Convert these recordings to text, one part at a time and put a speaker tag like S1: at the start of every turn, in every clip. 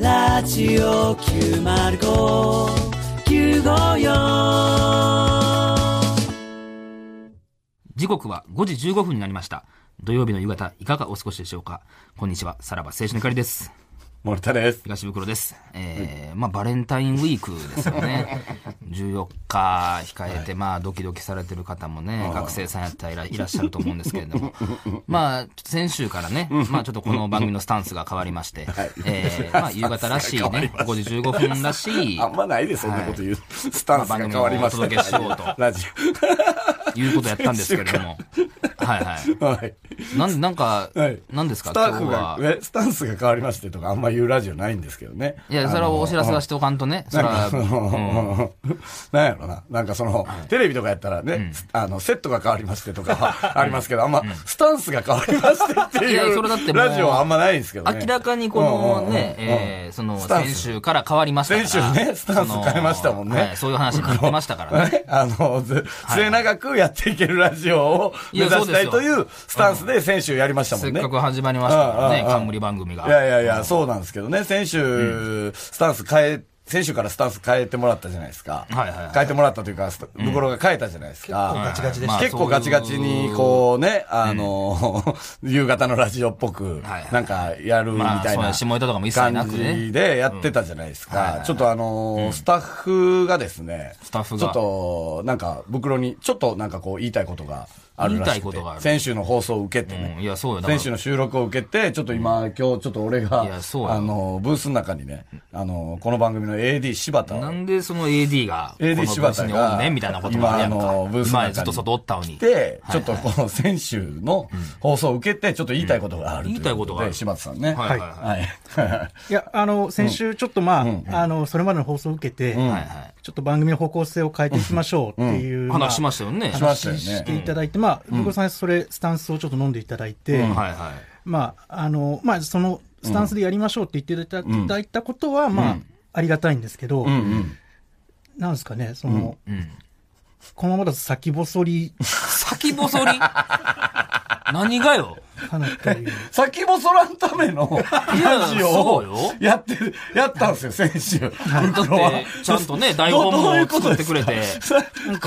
S1: ラジオ905954
S2: 時刻は5時15分になりました。土曜日の夕方、いかがお過ごしでしょうかこんにちは、さらば青春の光です。
S3: 森田です。
S2: 東袋です。えー、まあ、バレンタインウィークですよね。14日控えて、まあ、ドキドキされてる方もね、学生さんやったらいらいらっしゃると思うんですけれども、 まあ、ちょっと先週からね、まあ、ちょっとこの番組のスタンスが変わりま して、えー、まあ、夕方らしいね、5時15分らしい
S3: あんまないで、そんなこと言う。スタンスが変わりました
S2: 番組をお届けしようと
S3: ラジ
S2: いうことやったんですけれども。はいは
S3: オ。はい。
S2: い。なん、なんか、
S3: はい。
S2: なんですか
S3: スタッ
S2: 今
S3: フ
S2: 日は
S3: が、えスタンスが変わりましてとか、あんま言うラジオないんですけどね。
S2: いや、それはお知らせはしておかんとね。それ
S3: なん
S2: は、
S3: かその、なんやろな。なんかその、テレビとかやったらね、あの、セットが変わりましてとか はありますけど、あんま、スタンスが変わりましてって
S2: いや
S3: い
S2: それだっても
S3: う、
S2: う
S3: ラジオはあんまないんですけどね。
S2: 明らかにこのね、
S3: うんうんうん
S2: えーその、
S3: スタン
S2: 先
S3: ス
S2: 週から変わりましたから。
S3: 先週ねスタンス変えましたもんね
S2: そのはいそういう話になってましたからね。
S3: ね、あの、ず、末永くやっていけるラジオを
S2: い
S3: 目
S2: や
S3: 指したい
S2: そう
S3: と
S2: ですよ
S3: いうスタンスで先週やりましたも
S2: せっ
S3: んね。
S2: かく始まりましたからね
S3: う、んうんうん
S2: 冠番組が。
S3: いやいやいや、そうなんですけどね、先週、スタンス変え、先週からスタンス変えてもらったじゃないですか。
S2: はいはいはい
S3: 変えてもらったというか、スタ向こうが変えたじゃないですか。
S2: ガチガチでした
S3: はい結構ガチガチに、こうね、あの、夕方のラジオっぽく
S2: はいはい、
S3: なんかやるみ
S2: まあ、
S3: たい
S2: そう
S3: な
S2: ね。下ネタとかも一切な
S3: 感
S2: くね。
S3: じでやってたじゃないですか。ちょっとあのー、スタッフがですね、
S2: スタッフが
S3: ちょっと、なんか、袋に、ちょっとなんかこう言いたいことがある
S2: 言い
S3: ら
S2: たい
S3: し
S2: こ
S3: くて
S2: とがあ、る
S3: 先週の放送を受けてね
S2: うん、いや、そうよ。だから
S3: 先週の収録を受けて、ちょっと今、今日、ちょっと俺が、あ
S2: いやそうよ
S3: のー、ブースの中にね、あのー、この番組の AD 柴田
S2: な
S3: を
S2: んでその AD が、
S3: AD
S2: このブースにおんねんみたいなこともあるやん
S3: 今あ
S2: か
S3: の。ブースの中に
S2: 前ずっと外おったのに。
S3: 来て、ちょっとこの先週の放送を受けて、ちょっと言いたいことがある
S2: うん言いたいことがある
S3: で柴田さんね。
S2: はいはいは
S3: はい。
S4: いや、あの、先週、ちょっとまあ、あの、それまでの放送を受けて、
S2: はいはい。
S4: ちょっと番組の方向性を変えていきましょうっていう、
S2: 話しま
S4: し
S2: したよね。
S3: しましたよ
S4: 話してい
S3: ね。
S4: ただいて、まあ、向こうさん、それ、スタンスをちょっと飲んでいただいて、
S2: はいはい。
S4: まあ、あの、まあ、その、スタンスでやりましょうって言っていただいた,、ことは、まあ、ありがたいんですけど、
S3: うんうん。
S4: なんですかね、その、
S2: うん。
S4: このままだと先細り
S2: 先細 り何がよ
S4: かなという。
S3: 先細らんためのラジオ
S2: そう
S3: を
S2: よ
S3: やってる、やったんですよ、先週。だっ
S2: だって、ちゃんとね、台本も作ってくれて。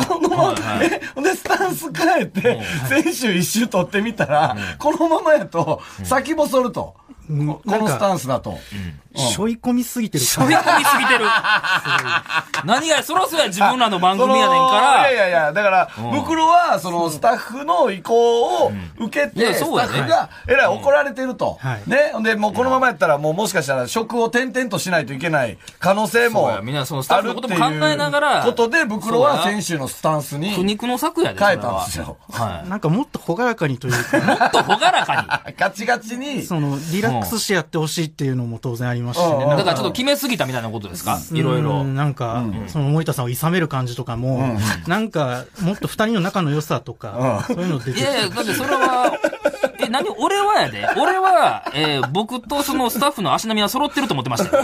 S3: このまま、
S2: はい
S3: え、ほんで、スタンス変えて、先週一周取ってみたら、このままやと、先細ると。
S4: うん
S3: ここ
S4: なん
S3: の
S4: か
S3: スタンスだと。
S4: しょい込みすぎてる
S2: しょび込みすぎて る。何がや、そろそろや自分らの番組やねん
S3: そのい
S2: か
S3: やいやいや、だから、袋は、その、スタッフの意向を受け
S2: い
S3: て、
S2: や
S3: スタ
S2: そうや
S3: ッ
S2: ね
S3: フが、えらい怒られてると
S4: は。い
S3: ね。ほんで、もうこのままやったら、もうもしかしたら、職を転々としないといけない可能性も
S2: そうや
S3: あるっていう。
S2: みんなそのスタッフのことも考えながら
S3: ことで、袋は
S2: そうや
S3: 選手のスタンス
S2: ら、
S3: に
S2: 苦
S3: 変え
S2: 肉の策やで。
S3: た
S2: それは
S3: んですよ。
S2: はい。も
S4: なんかもっと朗らかにというか、
S2: っとほがらか
S3: ガチガチに。
S4: その、リラックスしてやってほしいっていうのも当然ありますし
S3: うん
S4: ね。
S3: うん
S2: に。だからちょっと決めすぎたみたいなことですかいろいろ
S4: う。んなんか、その森田さんを諌める感じとかも、なんか、もっと二人の仲の良さとか、そういうの出て
S2: い
S4: きて
S2: やいや、だってそれは、え、何俺はやで。俺は、えー僕とそのスタッフの足並みは揃ってると思ってましたよ。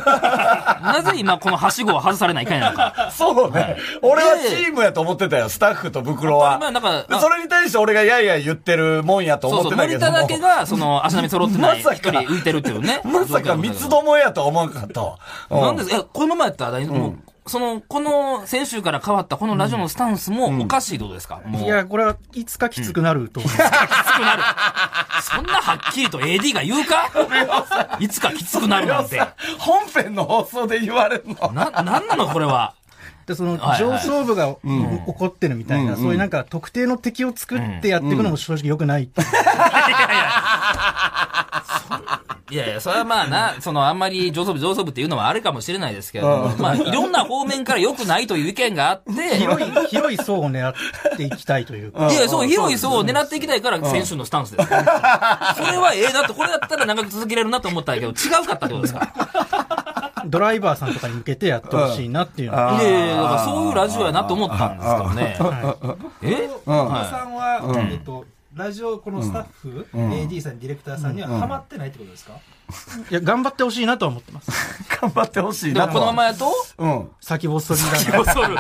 S2: なぜ今このはしごを外されないかんやのか。
S3: そうね。俺はチームやと思ってたよ、スタッフと袋は。
S2: 当たり前なんか
S3: でそれに対して俺がやいやい言ってるもんやと
S2: そう
S3: 思っ
S2: そう、
S3: てた
S2: 森
S3: けども
S2: 田だけが、その、足並み揃ってない、
S3: ま
S2: 一
S3: さ
S2: 人
S3: か
S2: 浮いてるっていうね。
S3: まさか三つどもえやとは思わなかったわ。うん
S2: なんです、いや、このままやったら、もう、その、この、先週から変わったこのラジオのスタンスもおかしいってことですか、もう。
S4: いや、これはいつかきつくなると思う。
S2: きつくなる。そんなはっきりと AD が言うかいつかきつくなるなんて。な、
S3: 本編の放送で言われるの。
S2: なんなのこれは。
S4: で、その
S2: はいは
S4: 上
S2: い
S4: 層部が怒ってるみたいな、そういうなんか特定の敵を作ってやっていくのも正直良くないっていう。
S2: いやいや、それはまあな、その、あんまり上層部上層部っていうのはあるかもしれないですけれども、まあ、いろんな方面から良くないという意見があって、
S4: 広い、 広い層を狙っていきたいというか。
S2: いや、そう、広い層を狙っていきたいから、選手のスタンスです。それはええだって、これだったら長く続けれるなと思ったんやけど、違うかったってことですか。
S4: ドライバーさんとかに向けてやってほしいなっていうの
S2: い
S4: は。
S2: やいや、だからそういうラジオやなと思ったんですけどね。え
S5: お子さんは、えっと、ラジオこのスタッフ、AD さん、ディレクターさんにはハマってないってことですか、
S4: いや、頑張ってほしいなとは思ってます。
S3: 頑張ってほしい
S2: でも
S3: な。
S2: このままやと
S3: うん。
S4: 先細りだな。
S2: 恐る。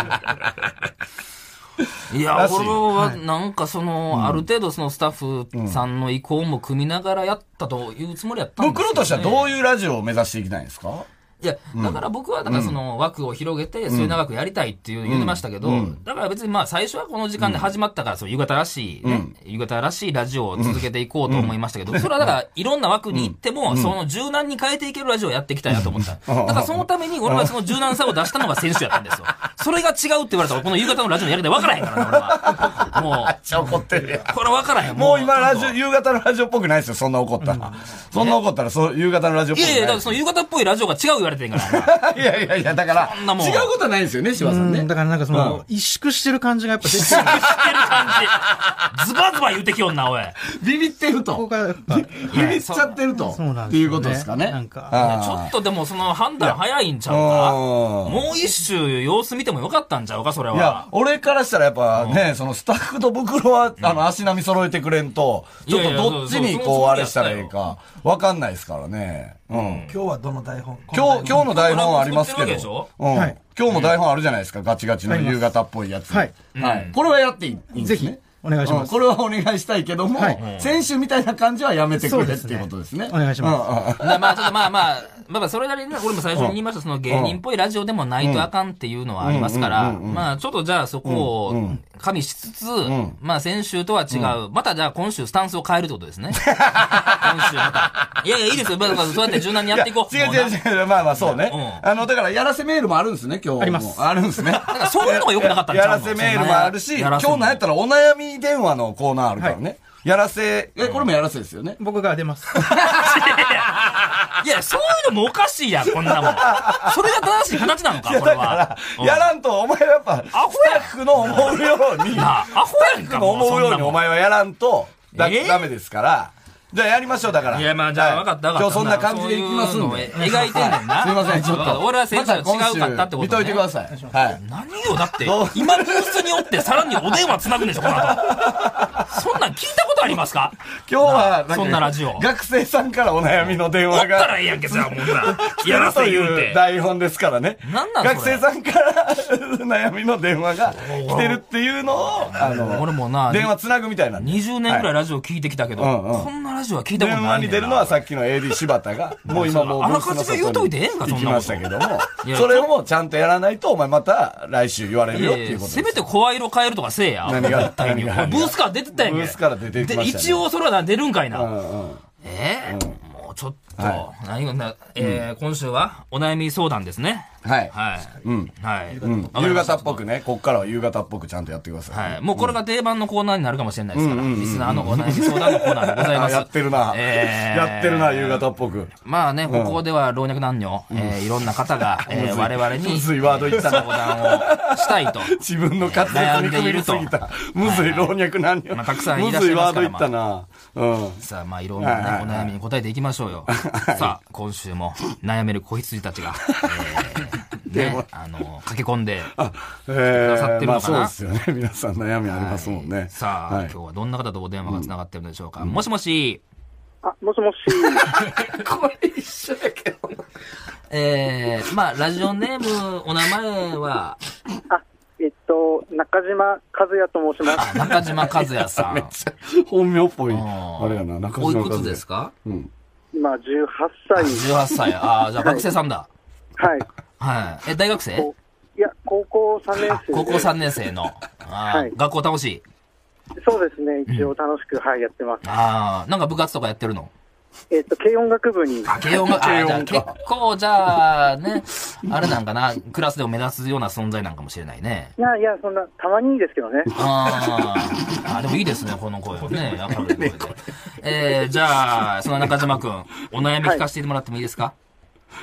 S2: いや、
S3: らしい
S2: これは、なんかその、ある程度そのスタッフさんの意向も組みながらやったというつもりやったんですけど、ね。
S3: 袋としてはどういうラジオを目指していきたいんですか
S2: いや、だから僕は、だからその枠を広げて、末長くやりたいっていう言ってましたけど、だから別にまあ最初はこの時間で始まったから、その夕方らしい、ね、夕方らしいラジオを続けていこうと思いましたけど、それはだからいろんな枠に行っても、その柔軟に変えていけるラジオをやっていきたいなと思った。だからそのために俺はその柔軟さを出したのが選手やったんですよ。それが違うって言われたら、この夕方のラジオのやり方分からへんからな、俺は。も
S3: あっちゃ怒ってるやん
S2: う、これ分からへん。
S3: もう今ラジ
S2: ちゃ
S3: オ、
S2: んと
S3: 夕方のラジオっぽくないですよ、そんな怒ったら。そんな怒ったら、そう、夕方のラジオっ
S2: い
S3: ぽく
S2: やいや、だか
S3: な
S2: ら
S3: い。
S2: その夕方っぽいラジオが違う言われてんから。
S3: いやいやいや、だから、
S2: そんなもん
S3: 違うことはないんですよね、柴さん
S4: う
S3: ね
S4: ん。だからなんかその、萎縮してる感じがやっぱ出て る。
S2: ってる感じ。ズバズバ言うてきよんな、おい。
S3: ビビってる
S4: ことこ。がやっぱ、
S3: ビビっちゃってると。
S4: そうなんですよね
S3: っていうことですかね。
S4: なんか
S3: あー
S2: ちょっとでもその判断早いんちゃうか
S3: うん
S2: もう一周様子見てもよかったんちゃうかそれ
S3: いや
S2: は、。
S3: 俺からしたらやっぱね、そのスタッフと袋は、あの、足並み揃えてくれんと、ちょっ
S2: いやいや
S3: とどっちに
S2: そうそう
S3: こう、
S2: そう
S3: あれしたらいいか、わかんないですからね。うん。
S5: 今日はどの台本
S3: 今日、今日の台本はあります
S2: こ
S3: け
S2: れも作ってるわ
S3: ど、うん。
S4: はい
S3: 今日も台本あるじゃないですか、ガチガチの
S4: あります
S3: 夕方っぽいやつ。
S4: はい
S3: はい。これはやっていいいいんですね。
S4: ぜひ、お願いし
S3: う
S4: ま
S3: ん
S4: す。
S3: これはお願いしたいけども、
S4: はい
S3: 先週みたいな感じはやめてくれ
S4: そう
S3: っ
S4: です
S3: てい
S4: ね
S3: うことですね。
S4: お願いします
S3: うんうんうん
S2: まあまあ、ちょっとまあまあ、 まあまあ、それなりにね、俺も最初に言いました、その芸人っぽいラジオでもないとあかんっていうのはありますから、まあちょっとじゃあそこを加味しつつ、まあ先週とは違う、またじゃあ今週スタンスを変えるってこと ですね。今週また。いやいや、いいですよ。まあまあそうやって柔軟にやっていこう。
S3: や違う
S2: もな
S3: 違う違う。まあまあそうね。
S2: うん
S3: あの、だから、やらせメールもあるんですね、今日も。
S4: あります
S3: あるんですね。
S2: んかそういうのが良くなかったんち
S3: や
S2: ゃ
S3: ら
S2: うの
S3: せメールもあるし、
S2: やら
S3: 今
S2: せ
S3: 日なんやったらお悩み電話のコーナーあるからね。やらせ、え、これもやらせですよね。
S4: 僕が出ます。
S2: いや、そういうのもおかしいやん、こんなもん。それが正しい形なのか、
S3: いや、
S2: これ
S3: だか
S2: は。
S3: ら、やらんと、お前はやっぱ、ス
S2: アホ
S3: タ
S2: や
S3: ッフの思うように、ス
S2: なあアホやん
S3: タ
S2: か
S3: ッフの
S2: もう
S3: 思うようにお前はやらんと、だ、
S2: えー
S3: ダメですから。じゃあやりましょう、だから。
S2: いや、まあ、じゃあ、
S3: はい
S2: 分かった、分か
S3: 今
S2: った。
S3: 日そんな感じでいきますん
S2: そうい
S3: で
S2: う。のを描いてんねんな。
S3: すいません、ちょっと。
S2: 俺は先生と違うかったってことね
S3: ま今週見といてください。はい。
S2: 何よ、だって
S3: どう、
S2: 今、ブースにおって、さらにお電話つなぐんでしょ、この後。そんなん聞いたことありますか
S3: 今日はか
S2: そんなラジオ
S3: 学生さんからお悩みの電
S2: おっ
S3: 話
S2: た
S3: が。
S2: らええやんけ、それはもう な。やらせ言う
S3: 来てるとい
S2: て
S3: う。台本ですからね。
S2: なんなんそれ
S3: 学生さんから 悩みの電話が来てるっていうのを、あの、
S2: 俺もな、
S3: 電話つなぐみたいなんで。
S2: 20年ぐらいラジオ聞いてきたけど、
S3: はいうんうん
S2: こんなラジオは聞いたこと
S3: 電
S2: な
S3: 話
S2: いね
S3: に
S2: んな。
S3: 出るのはさっきの AD 柴 田が、もう今もう
S2: あら
S3: ブース
S2: か
S3: の
S2: じ
S3: 外
S2: め
S3: に
S2: 言うといてええんかそんなこと
S3: 行きましたけども
S2: い、や
S3: それをもうちゃんとやらないと、お前また来週言われるよっ
S2: い
S3: て
S2: やい
S3: い
S2: うや
S3: こと
S2: せ
S3: で
S2: め
S3: す。
S2: て声色変えるとかせえや。
S3: 何が
S2: 絶対に
S3: 何が
S2: ブースから出てったやんけ。
S3: ブースから出てきましたね
S2: で一応それはな出るんかいな。
S3: うんうん
S2: えーもうちょっと、
S3: は
S2: 何がな、えー今週はお悩み相談ですね。
S3: はい。
S2: はい。
S3: うん。
S2: はい。
S3: うん
S2: わかり
S3: 夕
S2: ました
S3: 方っぽくね、こっからは夕方っぽくちゃんとやってください。
S2: はい。もうこれが定番のコーナーになるかもしれないですから、リスナーのお悩み相談のコーナーでございま
S3: あ
S2: す。
S3: やってるな。
S2: えー
S3: やってるな、夕方っぽく。
S2: まあね、ここでは老若男女、えーいろんな方が、えー我々に、
S3: むずいワード言ったな
S2: えー相談をした いと。
S3: 自分の活躍にくびりすぎた。むずい老若男女。
S2: まあたくさんい
S3: む
S2: らっし
S3: ず
S2: ゃ
S3: い
S2: いま
S3: ワ
S2: すか
S3: ード
S2: ら
S3: 言ったな。うん。
S2: さあ、まあ、いろんな、ね
S3: はいはいはい
S2: お悩みに答えていきましょうよ。さあ、今週も悩める子羊たちが、 えーね、あの、駆け込んで、
S3: え
S2: ださって
S3: ー、
S2: る
S3: まあ
S2: のかな
S3: そうですよね。皆さん悩みありますもんね。
S2: さあ、
S3: はい
S2: 今日はどんな方とお電話がつながってるんでしょうか。もしもし、
S1: あ、もしもし。
S3: これ一緒やけど。
S2: えー、まあ、ラジオネーム、お名前は、
S1: あ、えっと、中島和也と申します。
S2: 中島和也 さん。
S3: 本名っぽい。
S2: うん
S3: あれやな、中
S2: お
S3: 島
S2: い
S3: 和
S2: く
S3: 也
S2: つですか
S3: うん。
S1: 今、18歳。
S2: ?18 歳。あ あ、じゃあ学生さんだ。
S1: はい。
S2: はい。え、大学生
S1: こういや、高校3年
S2: あ
S1: 生で。
S2: 高校3年生の。あー
S1: はい
S2: 学校楽しい。
S1: そうですね。一応楽しく、はい、やってます。
S2: ああ、なんか部活とかやってる の
S1: えっと、軽音楽部に。
S2: 慶応が、あーじゃあ
S3: 慶応
S2: 結
S3: か
S2: 構、じゃあね、あれなんかな、クラスでも目立つような存在なんかもしれないね。
S1: いや、いや、そんな、たまにいいですけどね。
S2: あーあー、でもいいですね、この声は ね。明るい声で。えー、じゃあ、その中島くん、お悩み聞かせてもらってもいいですか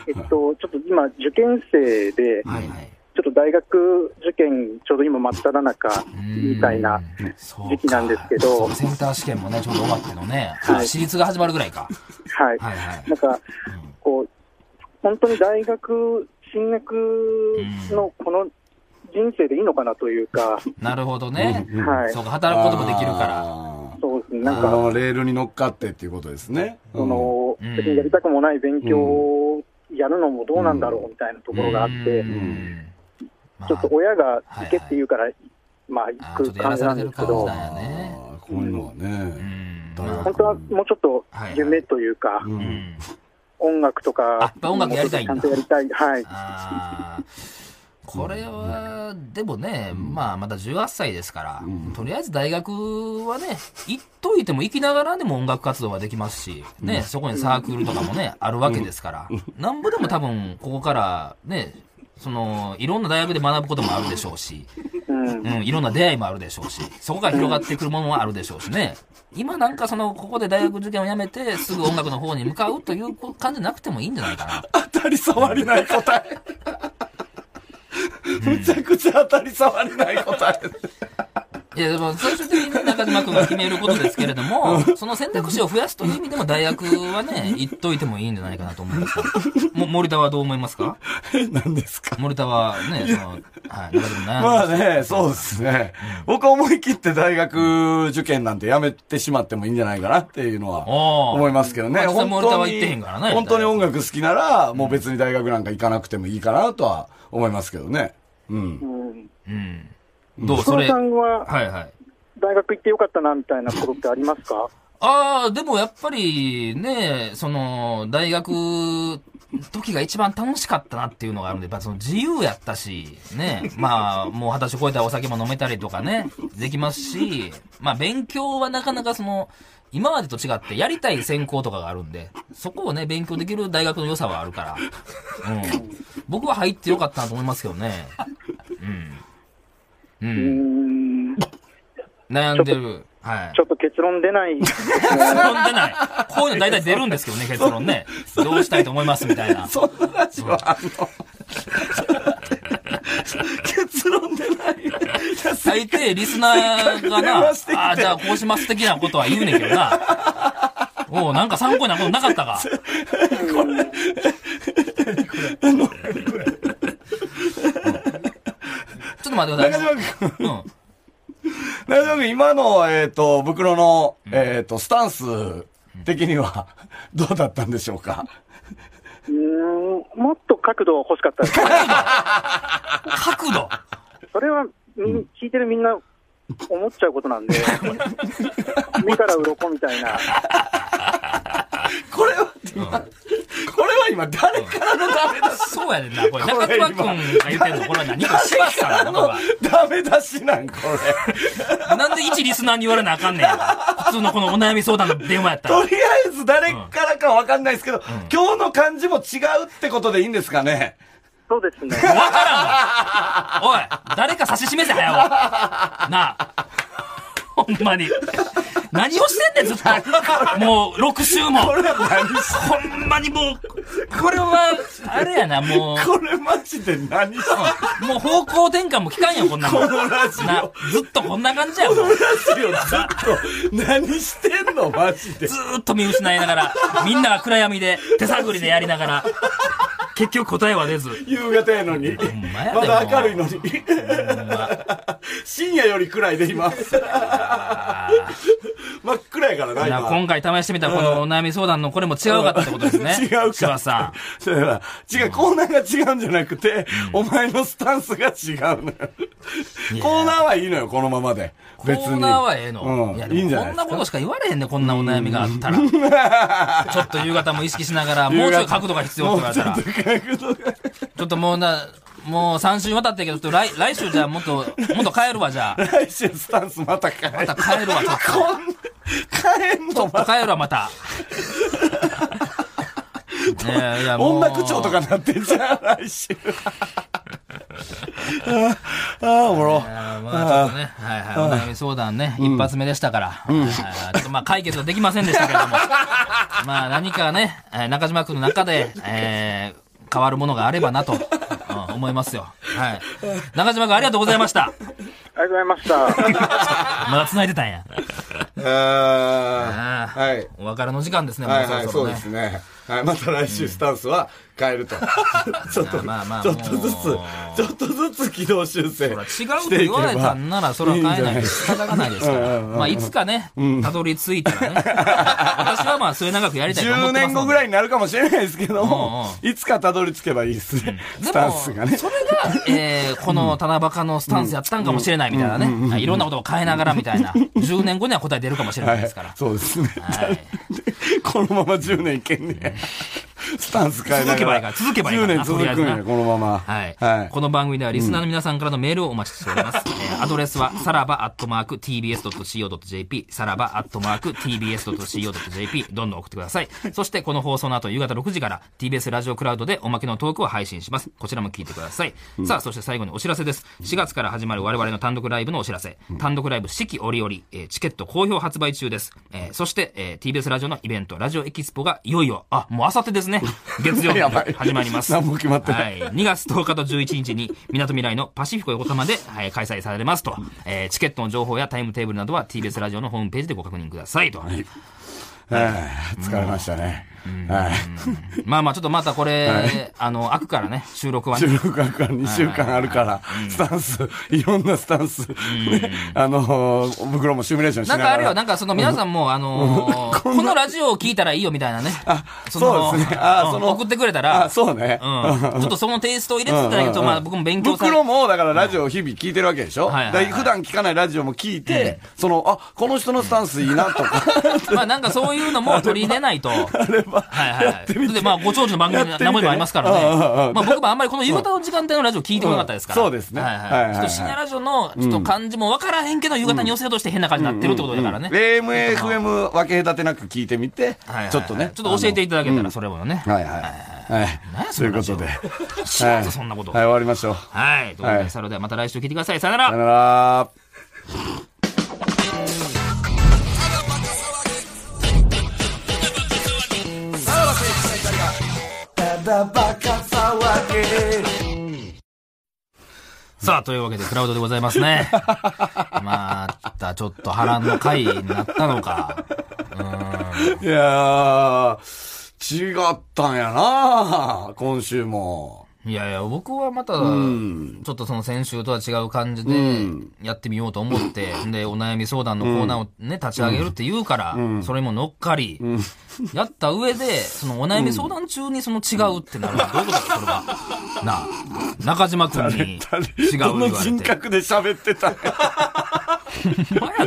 S1: えっと、ちょっと今、受験生で、
S2: はいはい。
S1: ちょっと大学受験、ちょうど今真っ只中
S2: うーん
S1: みたいな。
S2: そう
S1: 時期なんですけ
S2: かそ
S1: ど
S2: うセンター試験もね、ちょうど終わってのね、
S1: はい
S2: 私立が始まるぐらいか。
S1: はい。
S2: はいはい。
S1: なんか、こう、本当に大学進学のこの人生でいいのかなというか、
S2: なるほどね。
S1: はい。
S2: そうか、働くこともできるから。
S3: ら。
S1: そうですね、
S3: な
S1: なんん
S3: か、
S1: か、
S3: のレールに乗っかってっていうことですね。
S1: その、
S2: うん
S1: 別にやりたくもない勉強をやるのもどうなんだろうみたいなところがあって、
S2: うーんまあ
S1: ちょっと親が行けって言うから、まあ
S2: あー
S1: 行
S2: ちょ
S1: く
S2: っとやら
S1: 感じ
S2: さ
S1: な
S2: れてる
S1: んですけ
S2: 感
S1: ど
S2: じ、なんや
S3: あ
S2: ね。
S3: ーこういうのは
S2: う
S3: ね。
S2: ん。
S3: 大
S2: まあ
S3: 学
S1: 本当はもうちょっと夢というか、
S3: うん
S2: うん
S1: 音楽とか、
S2: やっぱ音楽やりたいん
S1: ち
S2: だ
S1: ゃんとやりたい。はい。
S2: あーこれは、でもね、まあ、まだ18歳ですから、とりあえず大学はね、行っといても行きながらでも音楽活動はできますし、ね、そこにサークルとかもね、あるわけですから、なんぼでも多分、ここから、ね、その、いろんな大学で学ぶこともあるでしょうし、
S1: うん。
S2: うん、いろんな出会いもあるでしょうし、そこから広がってくるものもあるでしょうしね。今なんかその、ここで大学受験をやめて、すぐ音楽の方に向かうという感じなくてもいいんじゃないかな。
S3: 当たり障りない答え。むちゃくちゃ当たり障りない答え。
S2: いや、でも最終的に中島君が決めることですけれども、その選択肢を増やすという意味でも大学はね、行っといてもいいんじゃないかなと思いますよ。も森田はどう思いますか
S3: え何ですか
S2: 森田はね、その、はい、中島君悩んで
S3: まあ
S2: ます
S3: ね、そうですね。僕は思い切って大学受験なんてやめてしまってもいいんじゃないかなっていうの
S2: あ
S3: は
S2: あ
S3: 思いますけどね。
S2: まあ実際
S3: 本
S2: 森田
S3: 当
S2: は
S3: に
S2: 行ってへんからね
S3: 本当に音楽好きなら、もう別に大学なんか行かなくてもいいかなとは思いますけどね。うん。
S1: うん。
S2: うん。どうそ
S1: 黒
S2: れ。
S1: さ
S2: はい
S1: んは、
S2: はい。
S1: 大学行ってよかったな、みたいなことってありますか
S2: ああ、でもやっぱりね、その、大学、時が一番楽しかったなっていうのがあるんで、やっぱその自由やったし、ね、 まあ、もう二十歳超えたらお酒も飲めたりとかね、できますし、まあ勉強はなかなかその、今までと違ってやりたい専攻とかがあるんで、そこをね、勉強できる大学の良さはあるから、うん。僕は入ってよかったなと思いますけどね。うん。う。
S1: うんん。ち
S2: 悩んでる。はい。
S1: ょっと結論出ない。
S2: 結論出ない。こういうの大体出るんですけ どね、結論ね。どうしたいと思いますみたいな。
S3: そんな話は、あの、結論でない。いやせ
S2: 大抵リスナーがな、あ
S3: 電話してきて
S2: あー、じゃあこうします的なことは言うねんけどな。おうなんか参考になることなかったか。ちょっと待ってくだ
S3: 中
S2: さい。
S3: 島君。
S2: うん。
S3: 中島君、今の、えっ、と、袋の、えっ、と、スタンス的には、 どうだったんでしょうか、
S1: うん。もっと角度欲しかったです。
S2: 角度。
S1: それは、みん聞いてるみんな、思っちゃうことなん で、目から鱗みたいな。
S3: これは今、これは今、誰からのダメ出し、
S2: そうやねんな、これ。中島くんが言ってんの、これは何これ、柴田さんのことが。
S3: ダメ出しなん、 こ
S2: なんで一リスナーに言われなあかんねん。普通のこのお悩み相談の電話やった ら
S3: れ。と。りあえず、誰からかわかんないですけど、今日の感じも違うってことでいいんですかね
S1: そうですね。
S2: わからんわおい誰か指し示せ、早尾なあ。ほんまに。何をしてんねん、ずっと。もう、6週も。
S3: これ何し、
S2: ほんまにもう、これは、あれやな、もう。
S3: これマジで何し、
S2: もう方向転換も聞かんよ、こんなの。
S3: このラジオ
S2: な、ずっとこんな感じやもん。
S3: ラジオずっと、何してんの、マジで。
S2: ずーっと見失いなが ら、みんなが暗闇で、手探りでやりながら、結局答えは出ず。
S3: 夕方やのに
S2: んまや。で
S3: まだ明るい
S2: も
S3: のに。深夜より暗いで今。真っ暗やからな、
S2: な
S3: 今
S2: 今。回試してみたこのお悩み相談のこれも違うか ったってことですね。
S3: 違う か
S2: 柴田さ
S3: だから、違う、コーナーが違うんじゃなくて、お前のスタンスが違うのよ。コーナーはいいのよ、このままで。
S2: ん。コ
S3: 別に。
S2: ーナーはええの。
S3: うん
S2: いや、
S3: い
S2: で
S3: いん
S2: も
S3: じゃ
S2: こ
S3: ない
S2: ん
S3: です
S2: な
S3: か
S2: ことしか言われへんね、こんなお悩みがあったら。ちょっと夕方も意識しなが ら、もうちょい角度が必要って言われたら。ちょっともうな、もう3週にわたってけど、ちょっと来、来週じゃあもっと、もっと帰るわ、じゃあ。
S3: 来週スタンスまた変え
S2: また帰るわ、ちょっ
S3: こん、変えんの、
S2: と。帰るわ、ま た。ねえいやもう
S3: 女口調とかなってんじゃん、来週。あーあー、おもろ。
S2: あーまあちょっとね、はいはい、お悩み相談ね、一発目でしたから、はいはいちょっとまあ解決はできませんでしたけ れども、まあ何かね、えー中島君の中で、えー変わるものがあればなと、うん思いますよ。はい。中島君ありがとうございま した。
S1: ありがとうございました。
S2: まだ繋いでたんや。
S3: あ
S2: あ
S3: ー
S2: ー
S3: はい。
S2: お別れの時間ですね、も
S3: は
S2: う
S3: いはい、
S2: そろそろ
S3: そう
S2: ね
S3: で。すね。はい、また来週スタンスは変え ると。ちょっと、
S2: まあまあ
S3: ちょっとずつ
S2: も、
S3: ちょっとずつ軌道修正
S2: 違うっ
S3: しててい
S2: 言
S3: け
S2: われた
S3: ば。
S2: んなら、それは変えないと仕方がないですか
S3: いいんじゃな
S2: ら。
S3: いですか
S2: まあ、いつかね、たどり着いたらね。私はまあ、末永くやりたいと思
S3: 10
S2: ってますので。
S3: 年後ぐらいになるかもしれないですけども
S2: う、
S3: いつかたどり着けばいいですね。
S2: で
S3: ス
S2: も
S3: タンスがね
S2: そ。れが、えーこの七夕のスタンスやったんかもしれないみたいなね。いろんなことを変えながらみたいな。10年後には答え出るかもしれ
S3: は
S2: ないで
S3: い
S2: すから。。
S3: そうですね。
S2: はい。
S3: このまま10年いけんねや。スタンス変えな
S2: 続けば
S3: が。
S2: いいからら続けばいいから
S3: 10年続くん
S2: とりあえず
S3: や、
S2: な
S3: このまま。
S2: はい、
S3: はい。
S2: この番組ではリスナーの皆さんからのメールをお待ちしており ます。えーアドレスは、さらばアットマーク tbs.co.jp、さらばアットマーク tbs.co.jp、どんどん送ってください。そして、この放送の後、夕方6時から TBS ラジオクラウドでおまけのトークを配信します。こちらも聞いてください。さあ、そして最後にお知らせです。4月から始まる我々の単独ライブのお知らせ。単独ライブ四季折々、えーチケット好評発売中です。えーそして、えー TBS ラジオのイベント、ラジオエキスポがいよいよ、あ、もうあさってですね。月曜日
S3: やばい
S2: 始まります。
S3: 何も決まってない
S2: はい、2月10日と11日に、みなとみらいのパシフィコ横浜で、はい、開催されますと、えーチケットの情報やタイムテーブルなどは TBS ラジオのホームページでご確認くださいと。
S3: はい疲れましたね。はい。
S2: まあまあ、ちょっとまたこれ、
S3: はい
S2: あの、開くからね、収録はね。
S3: 16巻から2週間あるから、スタンス、いろんなスタンス、あのー、僕らもシミュレーションし
S2: な
S3: なんが。
S2: からあるよ、なんかその皆さんも、あ のーこのラジオを聞いたらいいよみたいなね。の
S3: そうですねあー
S2: うん
S3: その
S2: 送ってくれたら、
S3: あそうね
S2: うん。ちょっとそのテイストを入れてたらいいけど、まあ僕も勉強さ
S3: 袋も、だからラジオを日々聞いてるわけでしょ、
S2: はいはい
S3: だ
S2: はい
S3: から普段聞かないラジオも聞いて、その、あ、この人のスタンスいいなとか、
S2: まあなんかそういうのも取り入れないと。はいはいはい。で、まあご長寿の番組の名前もありますから
S3: やってみてうんうんう
S2: ね。
S3: ん
S2: まあ僕もあんまりこの夕方の時間帯のラジオ聞いてこなかったですから。
S3: うんそうですね
S2: はい
S3: はいは
S2: はいい。
S3: はい
S2: ちょっと深夜ラジオのちょっと感じもわからへんけど、夕方に寄せようとして変な感じになってるってことだ からね。
S3: AM、FM 分け隔てなく聞いてみて、
S2: はいはいはい
S3: ちょっとね。
S2: ちょっと教えていただけたら、それもね。
S3: あの。はいはい。は
S2: 何や
S3: い。
S2: そ
S3: とい
S2: の
S3: うこ
S2: ラジオ
S3: とで。
S2: 知らんぞそんなこと
S3: はい、終わりましょう。さ
S2: はい。ということ
S3: は
S2: で、
S3: い
S2: それではまた来週聞いてください。さよなら
S3: よ。なら。
S2: さあ、というわけで、クラウドでございますね。また、ちょっと波乱の回になったのか。
S3: いやー、違ったんやな今週も。
S2: いやいや、僕はまた、ち
S3: ん
S2: ょっとその先週とは違う感じで
S3: ん、
S2: やってみようと思 って、で、お悩み相談のコーナーをね、立ち上げるって言うから、それも乗っかり、やった上で、そのお悩み相談中にその違うってなるのはどういうことだ、それは。なあ、中島くんに違う言
S3: どの
S2: われ
S3: 人
S2: て。
S3: 格で喋ってたんや
S2: ほんまや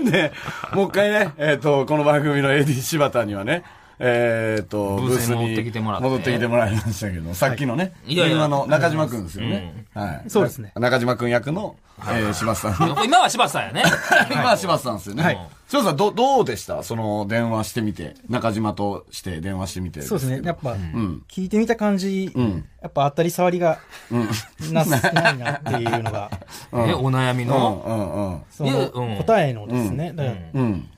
S2: で。
S3: で、もう一回ね、えっ、と、この番組の AD 柴田にはね、えっ、と、
S2: ブースに
S3: ブ
S2: 戻ってきてもらって
S3: 戻ってきてもらいましたけど、さっきのね、
S2: いやいや
S3: 電話の中島くんですよね。はい。
S4: そうですね
S3: 中島くん役の、えー柴田さん。今
S2: 今は柴田さんやね。
S3: は柴田さんですよね。はい。柴田さん、ど、どうでしたその、電話してみて、中島として電話してみて。
S4: そうですね。やっぱ、
S3: ん
S4: 聞いてみた感じ、やっぱ当たり障りが、な、ないなっていう のが、
S2: え、お悩み
S3: う
S2: の
S3: ん。うんうん。
S4: そ
S2: いや
S4: の、
S2: うん
S4: 答えのですね。だから
S3: うん。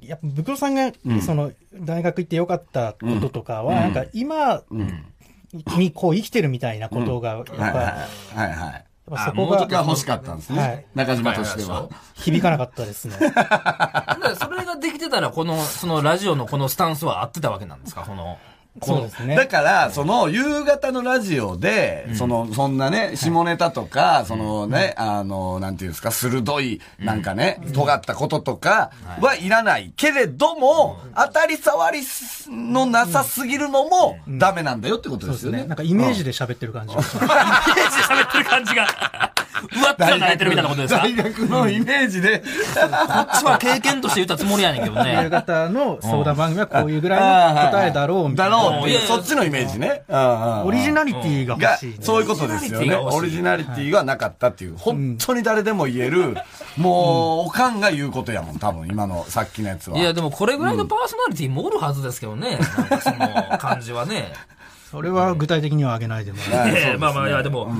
S4: やっぱ、ブクロさんが、その、大学行ってよかったこととかは、なんか今、にこう生きてるみたいなことが、やっぱ、
S3: はいはい
S4: やっ。
S3: はいはい。
S4: ぱそ
S2: あもうちょ
S4: こ
S2: っ
S3: が
S4: が
S3: 欲しかったんですね。
S4: はい
S3: 中島としては。
S4: 響かなかったで すね。
S2: だからそれができてたら、この、そのラジオのこのスタンスは合ってたわけなんですか、この。
S4: そうですね。
S3: だから、その、夕方のラジオで、その、そんなね、下ネタとか、そのね、あの、なんていうんですか、鋭い、なんかね、尖ったこととかはいらない。けれども、当たり障りのなさすぎるのも、ダメなんだよってこと
S4: そう
S3: で
S4: ですす
S3: よ
S4: ね。な
S3: ね
S4: ん。かイメージで喋ってる感じがします。
S2: イメージで喋ってる感じが。うわっと泣いてるみたいなことですかこ
S3: 大学のイメージで、
S2: っちは経験として言ったつもりやねんけど
S4: 夕
S2: ね。
S4: 方の相談番組はこういうぐらいの答えだろうみ
S3: だ
S4: たいな。
S3: ろうっていう
S2: うん
S3: そっちのイメージね。うんうんうん
S4: オリジナリティが欲
S3: が
S4: しいね。、
S3: そういうことですよね。オ
S2: オ
S3: リ
S2: リ
S3: ジ
S2: ジ
S3: ナリティがなかったっていう、本当に誰でも言える、もう、おかんが言うことやもん、多分、今の、さっきのやつは。
S2: いや、でもこれぐらいのパーソナリティもおるはずですけどね。なんかその感じはね。
S4: それは具体的には挙げないでも
S3: は
S4: らえ
S3: いそうです
S2: え
S3: ね
S2: え まあまあ、いや、でも。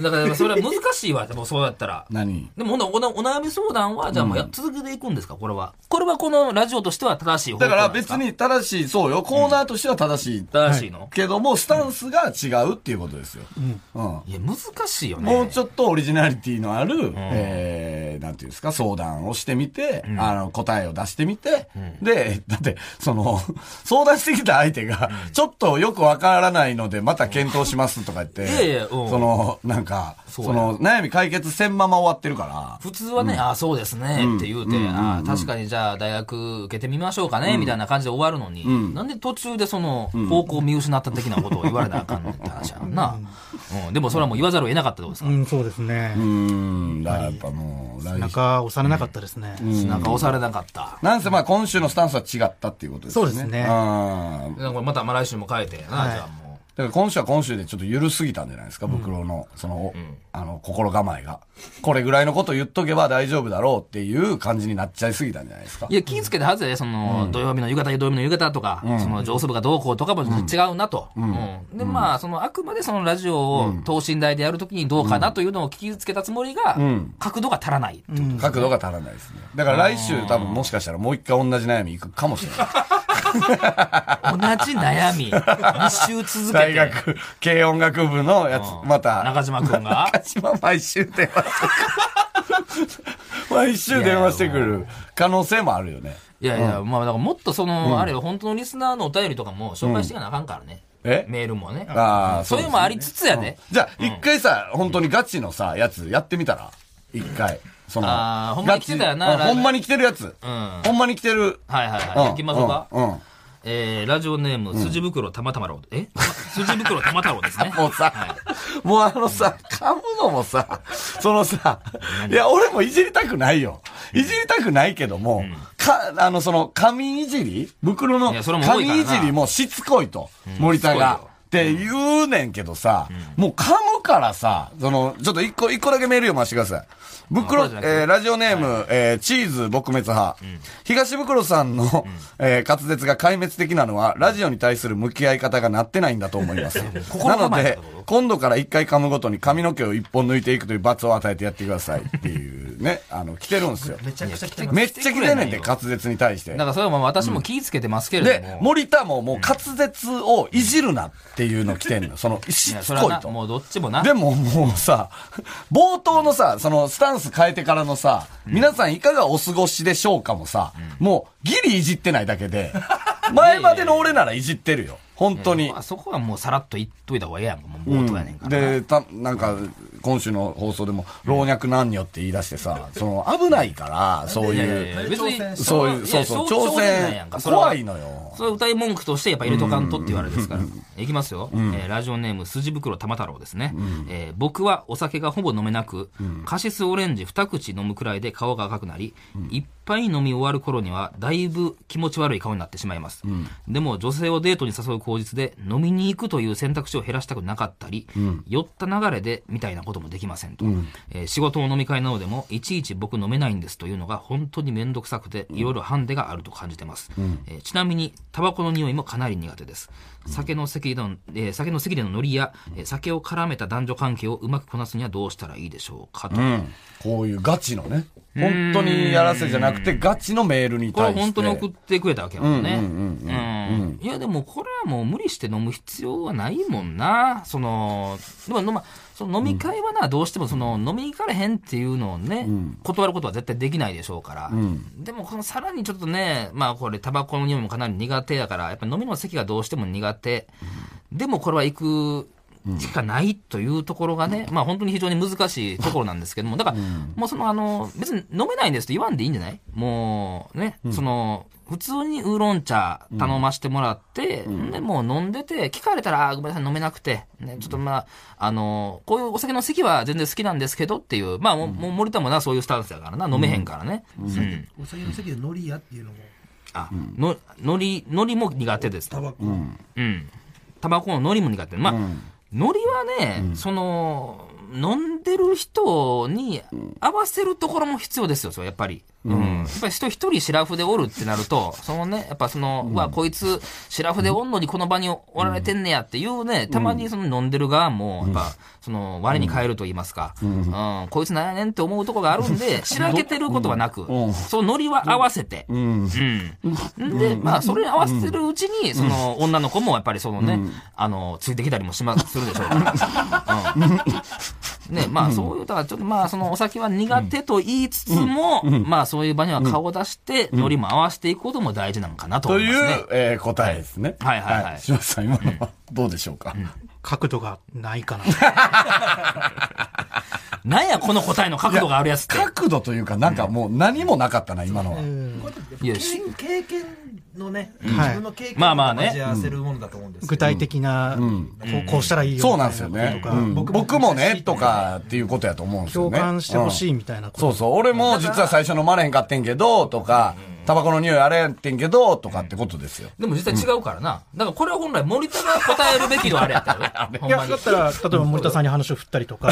S2: だから、それは難しいわ、でもそうだった ら。
S3: 何
S2: でもほんならおなお悩み相談は、じゃあもうやっ続けていくんですか、これは。これはこのラジオとしては正しい方向
S3: だか
S2: な
S3: ら
S2: んです
S3: 別に正しい、そうよ、コーナーとしては正しい。
S2: 正しいの、
S3: けども、スタンスが違うっていうことですよ。うん。
S2: い、や、難しいよね。
S3: もうちょっとオリジナリティのある、えー、なんていうんですか、相談をしてみて、あの、答えを出してみて、で、だって、その、相談してきた相手が、ちょっとよくわからないので、また検討しますとか言って、
S2: いやいやうん
S3: その、なんか、そ
S2: そうや
S3: の、悩み解決せんまま終わってるから。
S2: 普通はね、ああ、そうですね、って言うて、ああ、確かにじゃあ大学受けてみましょうかね、みたいな感じで終わるのに、なんで途中でその、方向見失った的なことを言われなあかんねんって話やんな。うん、でもそれはもう言わざるを得なかったってことですか
S4: う。ん、そうですね。
S3: うーん、だからやっぱもう、来
S4: なか押されなかったですね。
S2: なんか押されなかった。
S3: なんせまあ今週のスタンスは違ったっていうことですね。
S4: そうですね
S3: あ
S2: な
S3: ー
S2: んかこれまたまあ来週も変えてやな、
S4: はい
S2: じゃあもう。
S3: だから今週は今週でちょっと緩すぎたんじゃないですか、ブクロの、その、あの、心構えが。これぐらいのこと言っとけば大丈夫だろうっていう感じになっちゃいすぎたんじゃないですか
S2: い。や、気ぃつけたはずやで、その、土曜日の夕方、土曜日の夕方とか、その上層部がどうこうとかも違うなと。うんで、まあ、その、あくまでそのラジオを等身大でやるときにどうかなというのを気ぃつけたつもりが、角度が足らないっていう
S3: 角度が足らないですね。だから来週多分もしかしたらもう一回同じ悩みいくかもしれない。
S2: 同じ悩み、一周続け
S3: 大
S2: て、
S3: 学、軽音楽部のやつ、また。
S2: 中島君が、
S3: 島毎週電話してくる。毎週電話してくる可能性もあるよね。
S2: いやいや、まあ、だからもっとその、あれよ、本当のリスナーのお便りとかも紹介していかなあかんからね。
S3: え
S2: メールもね。
S3: ああ、
S2: そういうのもありつつやね。
S3: じゃあ、一回さ、本当にガチのさ、やつやってみたら一回。その、
S2: あーほんまに来てたよな
S3: ガチ
S2: ライ
S3: あ
S2: ブ
S3: ほんまに来てるやつ。
S2: ん
S3: ほんまに来てる。
S2: はいはい
S3: うん
S2: はい。行きましょうか。
S3: うんうん
S2: えー、ラジオネーム、筋袋玉太郎。え 筋袋玉太郎ですね。
S3: もうさ、
S2: はい
S3: もうあのさ、噛むのもさ、そのさ、いや、俺もいじりたくないよ。いじりたくないけども、か、あの、その、紙いじり袋の
S2: いやそれも多いから
S3: 紙
S2: ない
S3: じりもしつこいと、森
S2: しつ
S3: 田
S2: こい
S3: が
S2: よ。
S3: って言うねんけどさ、もう噛むからさ、その、ちょっと一個、一個だけメール読ませてください。袋、
S2: あそ
S3: え
S2: うじゃなくて
S3: ーラジオネーム、えーチーズ撲滅派。東袋さんの、えー滑舌が壊滅的なのは、ラジオに対する向き合い方がなってないんだと思い ます。な
S2: 心
S3: の
S2: 構えだ
S3: で
S2: と、
S3: 今度から一回噛むごとに髪の毛を一本抜いていくという罰を与えてやってくださいっていうね、あの、来てるんですよ。
S5: めちゃくちゃ来てます。
S3: めっちゃ来てんねんで、滑舌に対して
S2: だか。らそれはまあ私も気ぃつけてますけれども。
S3: で、森田ももう滑舌をいじるなっていうの来てんの。その、し
S2: いや
S3: つ
S2: それは
S3: こい
S2: な、
S3: と。
S2: もうどっちもな。
S3: でももうさ、冒頭のさ、そのスタンス変えてからのさ、皆さんいかがお過ごしでしょうかもさ、もうギリいじってないだけで、前までの俺ならいじってるよ。本当に
S2: まあ。そこはもうさらっと言っといた方がええやんか。もう冒頭やねんから。
S3: で、た、なんか、今週の放送でも、老若男女って言い出してさ、その、危ないから、そう
S2: いやい
S3: い、
S2: やいうや別
S5: 挑戦
S2: に、
S3: そういう、そうそう、挑戦、怖いの
S2: よ。
S3: よ。
S2: それは歌い文句としてやっぱ入れとかんとって言われですから。いきますよ。えーラジオネーム、筋袋玉太郎ですね。えー僕はお酒がほぼ飲めなく、カシスオレンジ二口飲むくらいで顔が赤くなり、一杯飲み終わる頃にはだいぶ気持ち悪い顔になってしまいます。でも女性をデートに誘う口実で飲みに行くという選択肢を減らしたくなかったり、酔った流れでみたいなこともできませんと。えー仕事の飲み会などでもいちいち僕飲めないんですというのが本当に面倒くさくて、いろいろハンデがあると感じてます。えーちなみに、タバコの匂いもかなり苦手です。酒の席での、えー酒の席でのノリや、えー酒を絡めた男女関係をうまくこなすにはどうしたらいいでしょうかと。
S3: うん。こういうガチのね。本当にやらせじゃなくて、ガチのメールに
S2: これは
S3: 対して。
S2: 本当に送ってくれたわけやもんね。う
S3: う
S2: ん
S3: うん
S2: いや、でもこれはもう無理して飲む必要はないもんな。その、でも、まあ、その飲み会はな、どうしてもその飲み行かれへんっていうのをね、断ることは絶対できないでしょうから。でも、このさらにちょっとね、まあこれタバコの匂いもかなり苦手やから、やっぱ飲みの席がどうしても苦手。でもこれは行く。しかないというところがね、まあ本当に非常に難しいところなんですけども、だから、もうそのあの、別に飲めないんですと言わんでいいんじゃないもうね、その、普通にウーロン茶頼ましてもらって、で、もう飲んでて、聞かれたら、あーごめんなさい、飲めなくて、ね、ちょっとまあ、あの、こういうお酒の席は全然好きなんですけどっていう、まあもう、もう森田もな、そういうスタンスやからな、飲めへんからね。うん
S5: お酒の席でノリやっていうのも、
S2: あ、の、のり、のりも苦手ですと
S5: タ。バコ。
S2: うん。タバコのノリも苦手。まあ、ノリはね、その、飲んでる人に合わせるところも必要ですよ、それやっぱり。うん。やっぱり人一人白フでおるってなると、そのね、やっぱその、うわ、こいつ白フでおんのにこの場におられてんねやっていうね、たまにその飲んでる側も、やっぱ、その、我に返ると言いますか、うん、こいつなんやねんって 思うとこがあるんで、しらけてることはなく、そのノリは合わせて、うん。で、まあ、それに合わせてるうちに、その、女の子もやっぱりそのね、あの、ついてきたりもします、するでしょうから。うん。ね、まあ、そういう、だから、ちょっとまあ、その、お酒は苦手と言いつつも、まあ、そういう場には顔を出して、ノリも合わせていくことも大事なのかなと
S3: と
S2: 思い
S3: い
S2: ますね。
S3: う、えー答えですね。
S2: はいはいはい
S3: 島田さん、今のはどうでしょうか。
S4: 角度がないかな。
S2: なんや、この答えの角度があるやつって。
S3: 角度というか、なんかもう何もなかったな、今のは。
S5: こうやって
S2: いや
S5: 経
S2: し
S5: 経験のね、自
S4: はい
S5: 分の経験
S2: まあまあ
S5: を
S2: ね
S5: 味合わせるものだと思うんですけ
S4: 具
S5: ど、
S4: 体的な、こうこうしたらいいよ。
S3: そうなんですよね
S4: と。か、
S3: うん
S5: 僕も
S3: 僕もね、とかっていうことやと思うんですよ
S4: 共
S3: ね。
S4: 感してほ
S3: い。
S4: しいみたいなこと。
S3: そうそう。俺も実は最初飲まれへんかってんけど、とか、タバコの匂いあれやってんけど、とかってことですよ。
S2: でも実際違うからな。だからこれは本来森田が答えるべき のあれやったよ。ほん
S4: いや、
S2: まに
S4: だったら、例えば森田さんに話を振ったりとか、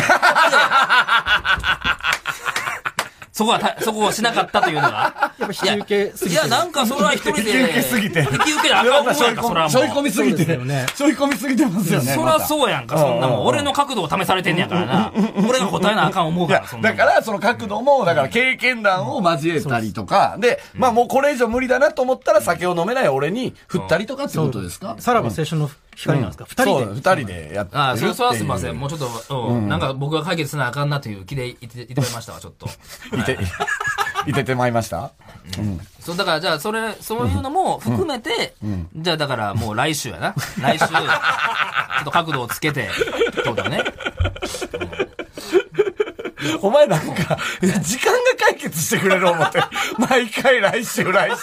S2: そこはた、そこをしなかったというのが。
S4: やっぱ引き受けす
S2: い
S4: ぎて
S2: や、
S4: る。
S2: なんかそれは一人で。
S3: 引き受けすぎて
S2: 引き受けなあかんもんやんか、それは
S3: し
S2: も
S3: ょ
S2: う。
S3: い込みすぎて
S4: そうですよね
S3: しょい込みすぎてますよね。
S2: そり
S3: ま
S2: ゃ
S3: た
S2: そうやんか、そんなもん。俺の角度を試されてんねやからな。俺が答えなあかん思う
S3: い
S2: か
S3: や
S2: ら、そんな
S3: だ
S2: もん
S3: から、その角度も、だから経験談を交えたりとか、で、まあもうこれ以上無理だなと思ったら酒を飲めない俺に振ったりとかってことですか
S4: さらば青春の光なんですか、二人
S3: そう
S4: で。
S3: 二人でやってる
S2: ああ、それそれは
S3: って
S2: す
S3: い
S2: み
S3: う
S2: ません。もうちょっと、うんなんか僕が解決せなあかんなという気でいて、いてまいましたわ、ちょっと。
S3: いて、いててまいりました
S2: そう、だからじゃあ、それ、そういうのも含めて、じゃあだからもう来週やな。来週、ちょっと角度をつけて、そうだね。
S3: お前なんか、時間が解決してくれる思って。毎回来週来週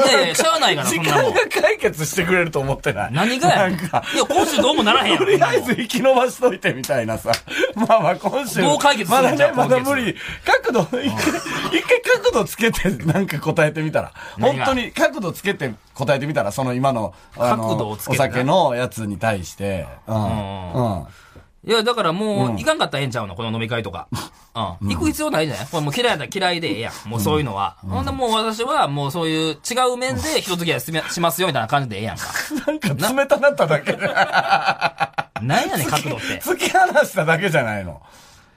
S3: って。
S2: いやいやしゃあないがな
S3: 時
S2: そんなも
S3: 間
S2: ん
S3: が解決してくれると思ってない。
S2: 何がやね
S3: なん
S2: ん。い
S3: か
S2: や、、今週どうもならへんやろ
S3: と。りあえず生き延ばしといてみたいな さ。まあまあ今週。
S2: どう解決す
S3: ま
S2: るん
S3: だ
S2: じゃあ
S3: ね、まだ
S2: 今月
S3: 無理。角度、一回、一回角度つけてなんか答えてみたら。
S2: 何
S3: 本
S2: が
S3: 当に角度つけて答えてみたら、その今の、あの
S2: 角度をつけ
S3: お
S2: てな
S3: 酒のやつに対して。うん。うん。
S2: いや、だからもう、行かんかったらええんちゃうの、この飲み会とか。うん。行く必要ないじゃないこれもう嫌いだ、嫌いでええやん。もうそういうのは。ほんでもう私は、もうそういう違う面で人付き合いしめしますよ、みたいな感じでええやんか。
S3: なんか冷たなっただけで。
S2: なんやねん、角度って。
S3: 突き放しただけじゃないの。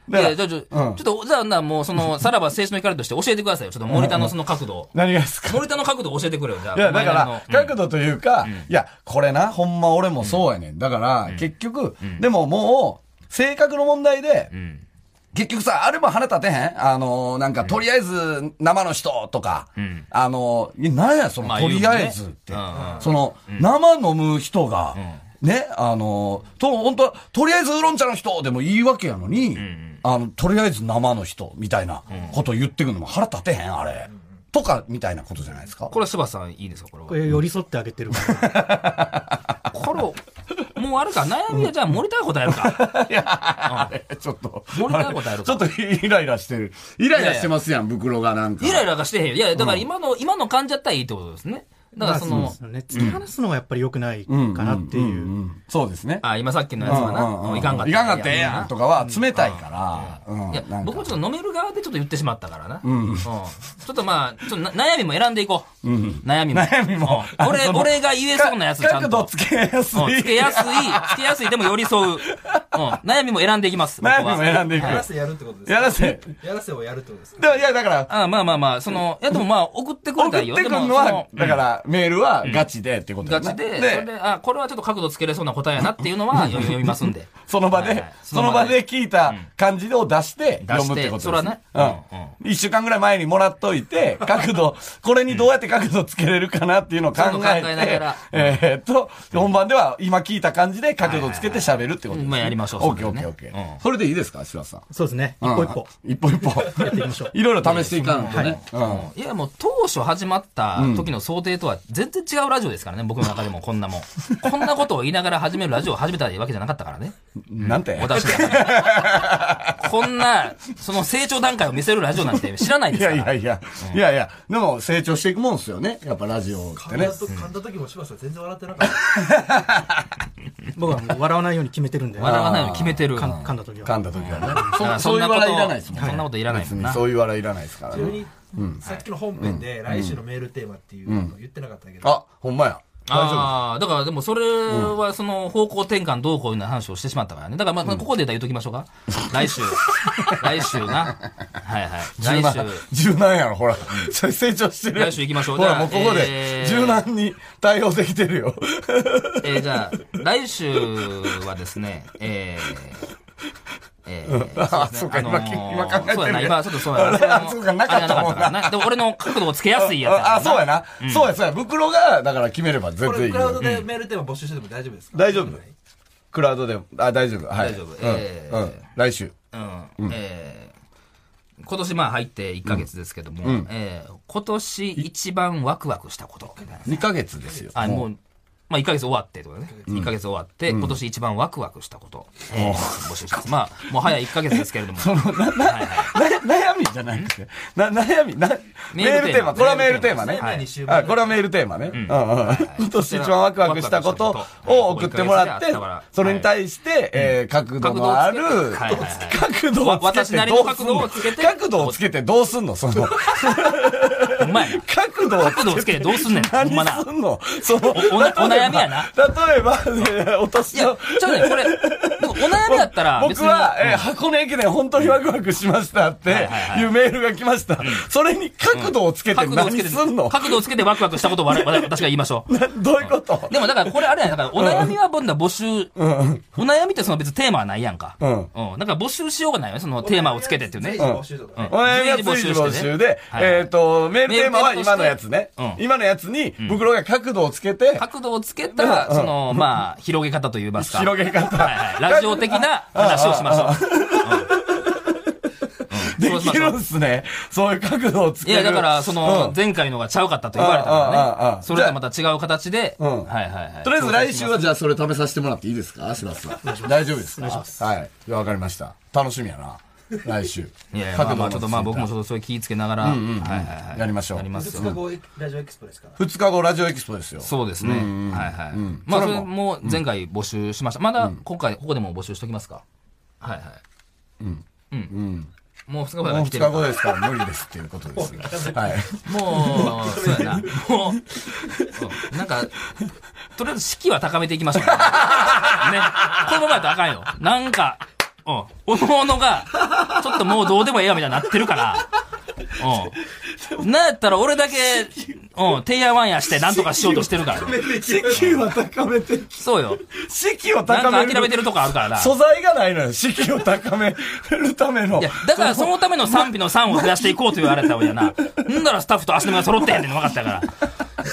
S2: いや、ちょ、
S3: っ
S2: ちょ、ち
S3: う
S2: ょ
S3: ん
S2: っと、じゃあな、もうその、さらば青春の光として教えてくださいよ。ちょっと森田のその角度を。
S3: 何がですか
S2: 森田の角度教えてくれよ、じゃあ。
S3: いや、だ
S2: お前
S3: か
S2: の
S3: ら、角度というか、いや、これな、ほんま俺もそうやねん。だから、結局、でももう、性格の問題で、結局さ、あれも腹立てへんあのー、なんか、とりあえず、生の人とか、あのー、いやなんや、そ
S2: ま
S3: の、
S2: あ
S3: とりあえずって
S2: 言うもんねうんう、
S3: その、生飲む人が、ね、あのー、と、本当はとりあえずウーロン茶の人でもいいわけやのに、あの、とりあえず生の人、みたいなことを言ってくるのも腹立てへんあれ。とか、みたいなことじゃないですか。
S2: これは柴田さんいいですか、これは
S4: こ。れ寄り添ってあげてるから。
S2: これ、もうあれか、悩みはじゃあ森田が答えるか。
S3: ちょっと。
S2: 森田が答える
S3: ちょっ
S2: か。
S3: とイライラしてる。イライラしてますやん、袋がなんか。
S2: イライラがしてへんよ。いや、だから今の、今の感じやったらいいってことですね。だからそ
S4: まあ
S2: の
S4: うです、よね突き放すのがやっぱり良くないかなっていう。
S3: んんんそうですね。
S2: あ、今さっきのやつ
S3: うんう
S2: は
S3: ん
S2: な、
S3: うん
S2: もういかんかった。
S3: いかんかったらええやんとかは冷たいから。うん
S2: いや
S3: な、んか
S2: 僕もちょっと飲める側でちょっと言ってしまったからな。うん。ちょっとまあ、ちょっとな悩みも選んでいこう。悩みも。
S3: 悩みも
S2: うん俺、
S3: あの
S2: 俺が言えそうなやつちゃん
S3: 角度
S2: と。
S3: つけやすい。
S2: うんつけやすい、つけやすいでも寄り添う。うん。悩みも選んでいきます。僕は
S3: 悩みも選んでいく。
S5: やらせやるってことです
S3: や
S5: から
S3: せ。
S5: やらせをやるってことですか
S3: でも、いや、だから、
S2: あまあまあまあ、その、いやでもまあ、送ってくれ
S3: 送った
S2: ら
S3: て
S2: いいよ。
S3: くる
S2: で
S3: の
S2: もその
S3: は、だから、メールはガチでってことだ
S2: ガ
S3: よね
S2: チで、それで、あ、これはちょっと角度つけれそうな答えやなっていうの は読み読みますんで。
S3: その場
S2: はい
S3: で
S2: はい、
S3: その場で聞いた感じを出して
S2: 出して
S3: 読むってことです
S2: それはね
S3: うん一週間ぐらい前にもらっと いて、角度、これにどうやって角度つけれるかなっていうのを考
S2: そういうの
S3: え
S2: 考えなが
S3: て
S2: ら、
S3: えーっと、本番では今聞いた感じで角度つけて喋るってことですね。
S2: まあやりましょう
S3: オッケー
S2: そ
S3: オ
S2: れ
S3: ッケ
S2: ね
S3: ーオッケ
S2: う
S3: ー。
S2: ん
S3: それでいいですか、柴田さん。
S4: そうですね。一
S3: うん
S4: 歩一歩。。
S3: 一歩一歩。やってい
S4: きましょう
S3: いろいろ試していかないとね。うん
S2: いや、もう当初始まった時の想定とは全然違うラジオですからね、僕の中でもこんな もん。こんなことを言いながら始めるラジオを始めたわけじゃなかったからね、
S3: なんて
S2: 私の中で。こんな、その成長段階を見せるラジオなんて知らないで
S3: い
S2: すか
S3: や
S2: ら。
S3: いやいや、いやいや、でも成長していくもんですよね。やっぱラジオって
S5: 噛
S3: ね。
S5: んだと噛んだ時も柴田さん全然笑ってなかった。
S4: 僕はもう笑わないように決めてるんで。
S2: 笑わないの決めてる。
S4: かん噛んだ時 は。
S3: 噛んだ時
S2: だか
S3: はね。
S2: ら
S3: そそうい
S2: こ
S3: う
S2: と
S3: 笑いいらないですもんね。
S2: そんなこといらない
S3: 別
S2: もん
S3: に
S2: な。
S3: そういう笑いいらないですから
S5: ちなみ
S3: ね。
S5: に、さっきの本編で来週のメールテーマっていうのを言ってなかったけど、
S3: あ、ほんまや。大丈夫です。
S2: ああ、だからでもそれはその方向転換どうこういうような話をしてしまったからね。だからまあ、ここで言っときましょうか。来週。来週な。 はいはい。来週。
S3: 柔軟やろ、ほら。 それ成長してる。
S2: 来週行きましょう
S3: ほ
S2: じゃ
S3: ら、
S2: あ
S3: もうここ
S2: え
S3: で
S2: ー
S3: 柔軟に対応できてるよ。
S2: えーじゃあ、来週はですね、えー、え
S3: あ
S2: ー
S3: そうか今き今考えてるね
S2: そうやな、今ちょっとそうやな。
S3: あそうかなかったもんな
S2: あれなでも俺の角度をつけやすいやつやから
S3: あ、そうやな。そうや、そうや。袋が、だから決めれば全
S5: こ
S3: 然
S5: れ
S3: いい
S5: クラウ
S3: よ
S5: ド。でメールテーマ募集してても大丈夫ですか
S3: 大丈夫。クラウドで、あ、大丈夫。はい。
S2: 大丈夫
S3: うん
S2: えー
S3: うん来週。
S2: うんえー今年まあ入って1ヶ月ですけども、えー今年一番ワクワクしたこと。
S3: 2ヶ月ですよ。
S2: あ、も
S3: う。
S2: う、まあ1ヶ月終わってとかね。1ヶ月終わって、今年一番ワクワクしたこと。えー募集します。まあ、もう早い1ヶ月ですけ れども。はいはい
S3: な悩みじゃないんですよ。な、悩み、な、メ
S2: メールテーマ
S3: ールテーマ。これはメールテーマ
S2: メー
S3: ね。
S2: ルテーマ
S3: は
S2: で
S3: い
S5: すね
S3: あ、これはメールテーマね。うんうん。今年一番ワクワクしたことを送ってもらって
S2: はいはい、
S3: それに対して、えー、角度のある、
S2: 角度をつけてはい
S3: 角度をつけ
S2: 私なり
S3: て
S2: の
S3: どうす
S2: 角度
S3: んの
S2: をつけて
S3: 角度をつけてどうすんのその、
S2: お前、
S3: 角度を
S2: 角度をつけてどうすんねん。ほんまな
S3: 何。すんのその
S2: おおなお悩みやな。
S3: 例えば、例えばね、お年
S2: いや、ちょ
S3: の
S2: っ。とね、これ、でもお悩みだったら、別
S3: 僕
S2: に
S3: は、えー箱根駅伝本当にワクワクしましたって
S2: はいはいはい
S3: いうメールが来ました。それに角度をつけて
S2: 角度を
S3: 何
S2: つけて、
S3: すんの
S2: 角度をつけてワクワクしたことを我々 私が言いましょう。
S3: な どういうこと
S2: でもだからこれあれやねだからお悩みは僕ら募集、お悩みってその別にテーマはないやんか。
S3: うん
S2: うん。だから募集しようがないよね、そのテーマをつけてっていうね。
S5: うん募集とかね
S2: うん
S3: お前が随時募集で、
S2: はい
S3: えっ、と、メールテーマは今のやつね。
S2: うん
S3: 今のやつに、袋が角度をつけて、
S2: 角度をつけたら、その、まあ、広げ方と言いますか。
S3: 広げ方
S2: はいはい。ラジオ的な話をし ましょう。
S3: で
S2: うんうんそうしま
S3: き
S2: しょ
S3: る
S2: う。
S3: んすね。そういう角度をつ
S2: い
S3: ける。
S2: や、だから、その
S3: うん、
S2: 前回のがちゃうかったと言われたか
S3: ああああ
S2: ら
S3: あ
S2: ね。それとまた違う形で、
S3: う
S2: は
S3: ん
S2: いはいはい。
S3: とりあえず来週はじゃあそれ食べさせてもらっていいですか白洲さん。大丈夫ですかはい。じゃあわかりました。楽しみやな。来週。
S2: いやいや、まあ
S3: 角
S2: ま
S3: 度
S2: あちょった
S3: のつい
S2: とまあ僕もちょっとそれ気ぃつけながら、はいはいはい。
S3: やりましょう
S2: やります
S5: 2
S2: よ
S5: 日後、ラジオエクスポですから。
S3: 2日後ラジオエキスポですよ。
S2: そうですね。はいはい。まあそれも前回募集しました。まだ今回、ここでも募集しときますか。はいはい。うん。うん。もう2日後だか
S3: もう
S2: ら来て
S3: 2
S2: るか
S3: 日後
S2: ら。
S3: ですから無 理ですっていうことですよ。はい。
S2: もう、そうや な。もううん、なんか、とりあえず士気は高めていきましょうね。ね。このままやとあかんよ。なんか、うん。おのおのが、ちょっともうどうでもええわみたいになってるから。うん。なんやったら俺だけ、うん、てんやわんやしてなんとかしようとしてるからね、
S3: 士気を高めて、
S2: そうよ。
S3: 士気を
S2: なん
S3: 高
S2: か
S3: める。
S2: 諦めてるとこあるからな。
S3: 素材がないのよ。士気を高めるための。
S2: いや、だからそのための賛否の3を増やしていこうと言われたわけやな。んならスタッフと足並みが揃ってへんっての分かったから。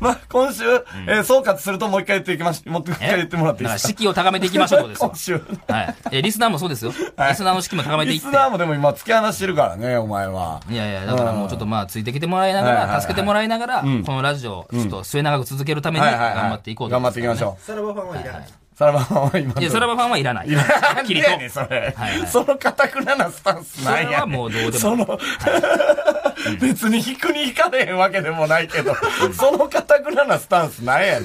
S3: まあ、今週、えー総括するともう一回言っていきまし、もう一回言ってもらっていい
S2: だから
S3: ですか
S2: 士気を高めていきましょうとですよ
S3: 今。週。
S2: はい。え、リスナーもそうですよ。リ
S3: はい
S2: スナーの士気も高めてい
S3: リ
S2: って
S3: ス。ナーもでも今突き放してるからね、お前は。
S2: いやいや、だからもうちょっとまあ、ついてきてもらいなが
S3: はいはいはい
S2: ら、助けてもらいながら、このラジオ、ちょっと末永く続けるために、
S3: はいはいはい。
S2: 頑張っていこうと
S3: 頑張っていきまし
S2: う。
S3: ょ
S5: さらばファンはいらない。
S3: う。さらばは今の
S2: いや、それはファンはいらない。
S3: いら
S2: は
S3: な
S2: っ
S3: い
S2: きりと。
S3: やねん、それ
S2: はいは。い
S3: その堅くななスタンスなんやねん。
S2: それはもうどうでも
S3: その、 別に引くに引かれへんわけでもないけど、その堅くななスタンスなんやねん。
S2: い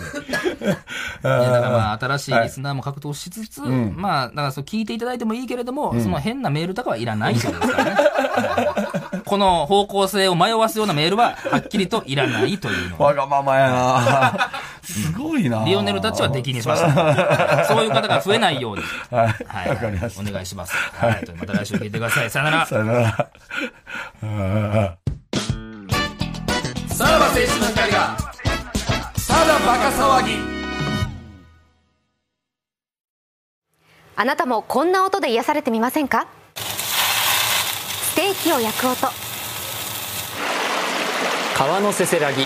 S2: やだからまあ新しいリスナーも獲得しつつ、まあ、だからそう聞いていただいてもいいけれども、その変なメールとかはいらないということです からね。はいこの方向性を迷わすようなメールは、はっきりといらないというのを
S3: わがまま やなすごいな
S2: リオネルたちは出禁にしました。そういう方が増えないように。
S3: はい。
S2: はい、
S3: わかりまし
S2: お
S3: た。
S2: 願いします。はい、というまた来週聞いてください。さよなら。
S3: さよなら。うん
S2: さらば青春の光が、
S3: ただバカ騒ぎ。
S6: あなたもこんな音で癒されてみませんかステーキを焼く音
S7: 川のせせらぎ